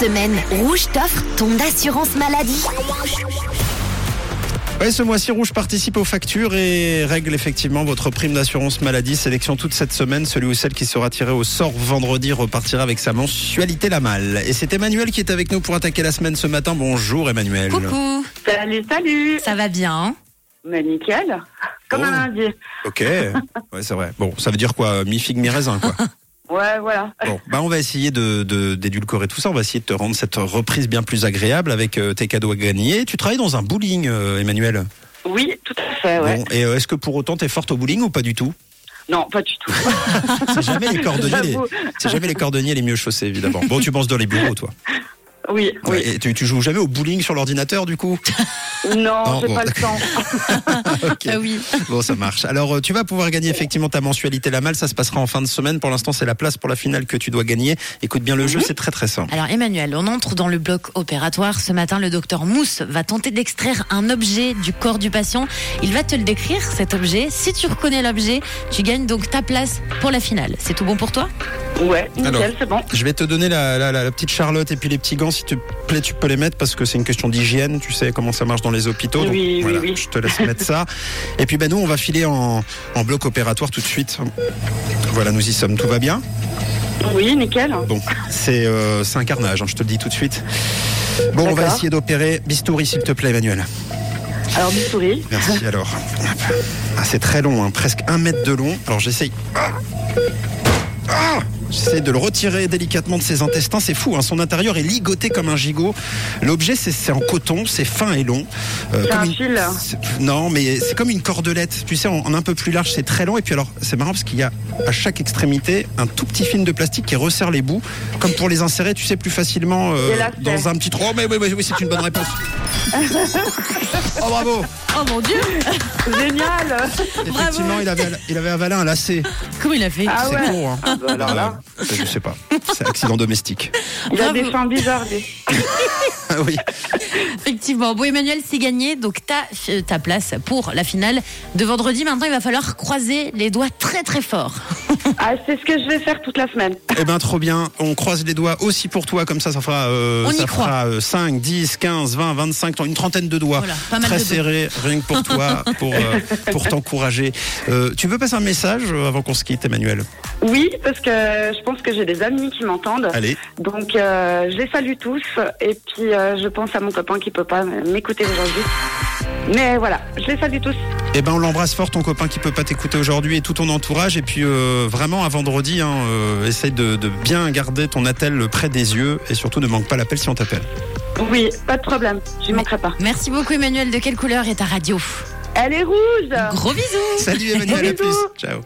semaine, Rouge t'offre ton assurance maladie. Ouais, ce mois-ci, Rouge participe aux factures et règle effectivement votre prime d'assurance maladie. Sélection toute cette semaine. Celui ou celle qui sera tiré au sort vendredi repartira avec sa mensualité la malle. Et c'est Emmanuel qui est avec nous pour attaquer la semaine ce matin. Bonjour Emmanuel. Coucou, Salut, salut ça va bien hein Mais nickel Comme Oh. un lundi. Ok. Ouais, c'est vrai. Bon, ça veut dire quoi Mi-figue, mi-raisin, quoi. Ouais, voilà. Bon, bah on va essayer de de- d'édulcorer tout ça. On va essayer de te rendre cette reprise bien plus agréable avec euh, tes cadeaux à gagner. Tu travailles dans un bowling, euh, Emmanuel. Oui, tout à fait, ouais. Bon, et euh, est-ce que pour autant t'es forte au bowling ou pas du tout Non, pas du tout. Ah, C'est jamais les cordonniers. les- J'avoue. C'est jamais les cordonniers les mieux chaussés, évidemment. Bon, tu penses dans les bureaux, toi. Oui, oui. Ouais, et tu, tu joues jamais au bowling sur l'ordinateur, du coup Non, Non, Ah, j'ai bon, pas le temps. Ok. Ah oui. Bon, ça marche. Alors, euh, tu vas pouvoir gagner effectivement ta mensualité la malle. Ça se passera en fin de semaine. Pour l'instant, c'est la place pour la finale que tu dois gagner. Écoute bien le jeu, Mhm. c'est très très simple. Alors Emmanuel, on entre dans le bloc opératoire. Ce matin, le docteur Mousse va tenter d'extraire un objet du corps du patient. Il va te le décrire, cet objet. Si tu reconnais l'objet, tu gagnes donc ta place pour la finale. C'est tout bon pour toi Ouais, nickel, Alors. c'est bon. Je vais te donner la, la- la- la petite Charlotte et puis les petits gants, s'il te plaît, tu peux les mettre parce que c'est une question d'hygiène. Tu sais comment ça marche dans les hôpitaux. Donc, Oui, oui, voilà, oui. Je te laisse mettre ça. Et puis, ben, nous, on va filer en, en bloc opératoire tout de suite. Voilà, nous y sommes. Tout va bien Oui, nickel. Bon, c'est euh, c'est un carnage, hein, je te le dis tout de suite. Bon, on va D'accord. essayer d'opérer. Bistouri, s'il te plaît, Emmanuel. Alors, du souris. Merci alors. Hop. Ah, c'est très long, hein, presque un mètre de long. Alors j'essaye. Ah Ah J'essaie de le retirer délicatement de ses intestins, c'est fou, hein. son intérieur est ligoté comme un gigot. L'objet c'est- c'est en coton, c'est fin et long. Euh, C'est comme un une- fil. c'est- Non mais c'est comme une cordelette, tu sais, en, en un peu plus large, c'est très long. Et puis alors c'est marrant parce qu'il y a à chaque extrémité un tout petit film de plastique qui resserre les bouts, comme pour les insérer, tu sais, plus facilement euh, Des lacets. dans un petit trou. Oh, mais oui, oui, oui, c'est une bonne réponse. oh bravo Oh mon Dieu Génial Effectivement, il avait, il avait avalé un lacet. Comment il a fait Ah c'est ouais con, hein. bah alors là. Ouais, Je sais pas. C'est accident domestique. Il a Bravo. des fins bizarres. lui. Ah oui. Effectivement. Bon Emmanuel, c'est gagné. Donc ta, euh, ta place pour la finale de vendredi. Maintenant, il va falloir croiser les doigts très très fort. Ah, c'est ce que je vais faire toute la semaine. Eh ben, trop bien. On croise les doigts aussi pour toi. Comme ça, ça fera, euh, On y ça croit. fera euh, 5, 10, 15, 20, 25, une trentaine de doigts. Voilà, Oh pas mal Très de doigts. serré, rien que pour toi, pour, euh, pour t'encourager. Euh, tu veux passer un message euh, avant qu'on se quitte, Emmanuel Oui, parce que je pense que j'ai des amis qui m'entendent. Allez. Donc, euh, je les salue tous. Et puis, euh, je pense à mon copain qui peut pas m'écouter aujourd'hui. Mais voilà, je les salue tous. Eh ben, on l'embrasse fort, ton copain qui peut pas t'écouter aujourd'hui et tout ton entourage. Et puis, euh, vraiment, à vendredi, hein, euh, essaye de, de bien garder ton attel près des yeux et surtout ne manque pas l'appel si on t'appelle. Oui, pas de problème. Je Mais- manquerai pas. Merci beaucoup Emmanuel. De quelle couleur est ta radio Elle est rouge Gros bisous Salut Emmanuel, à Bisous. plus. Ciao.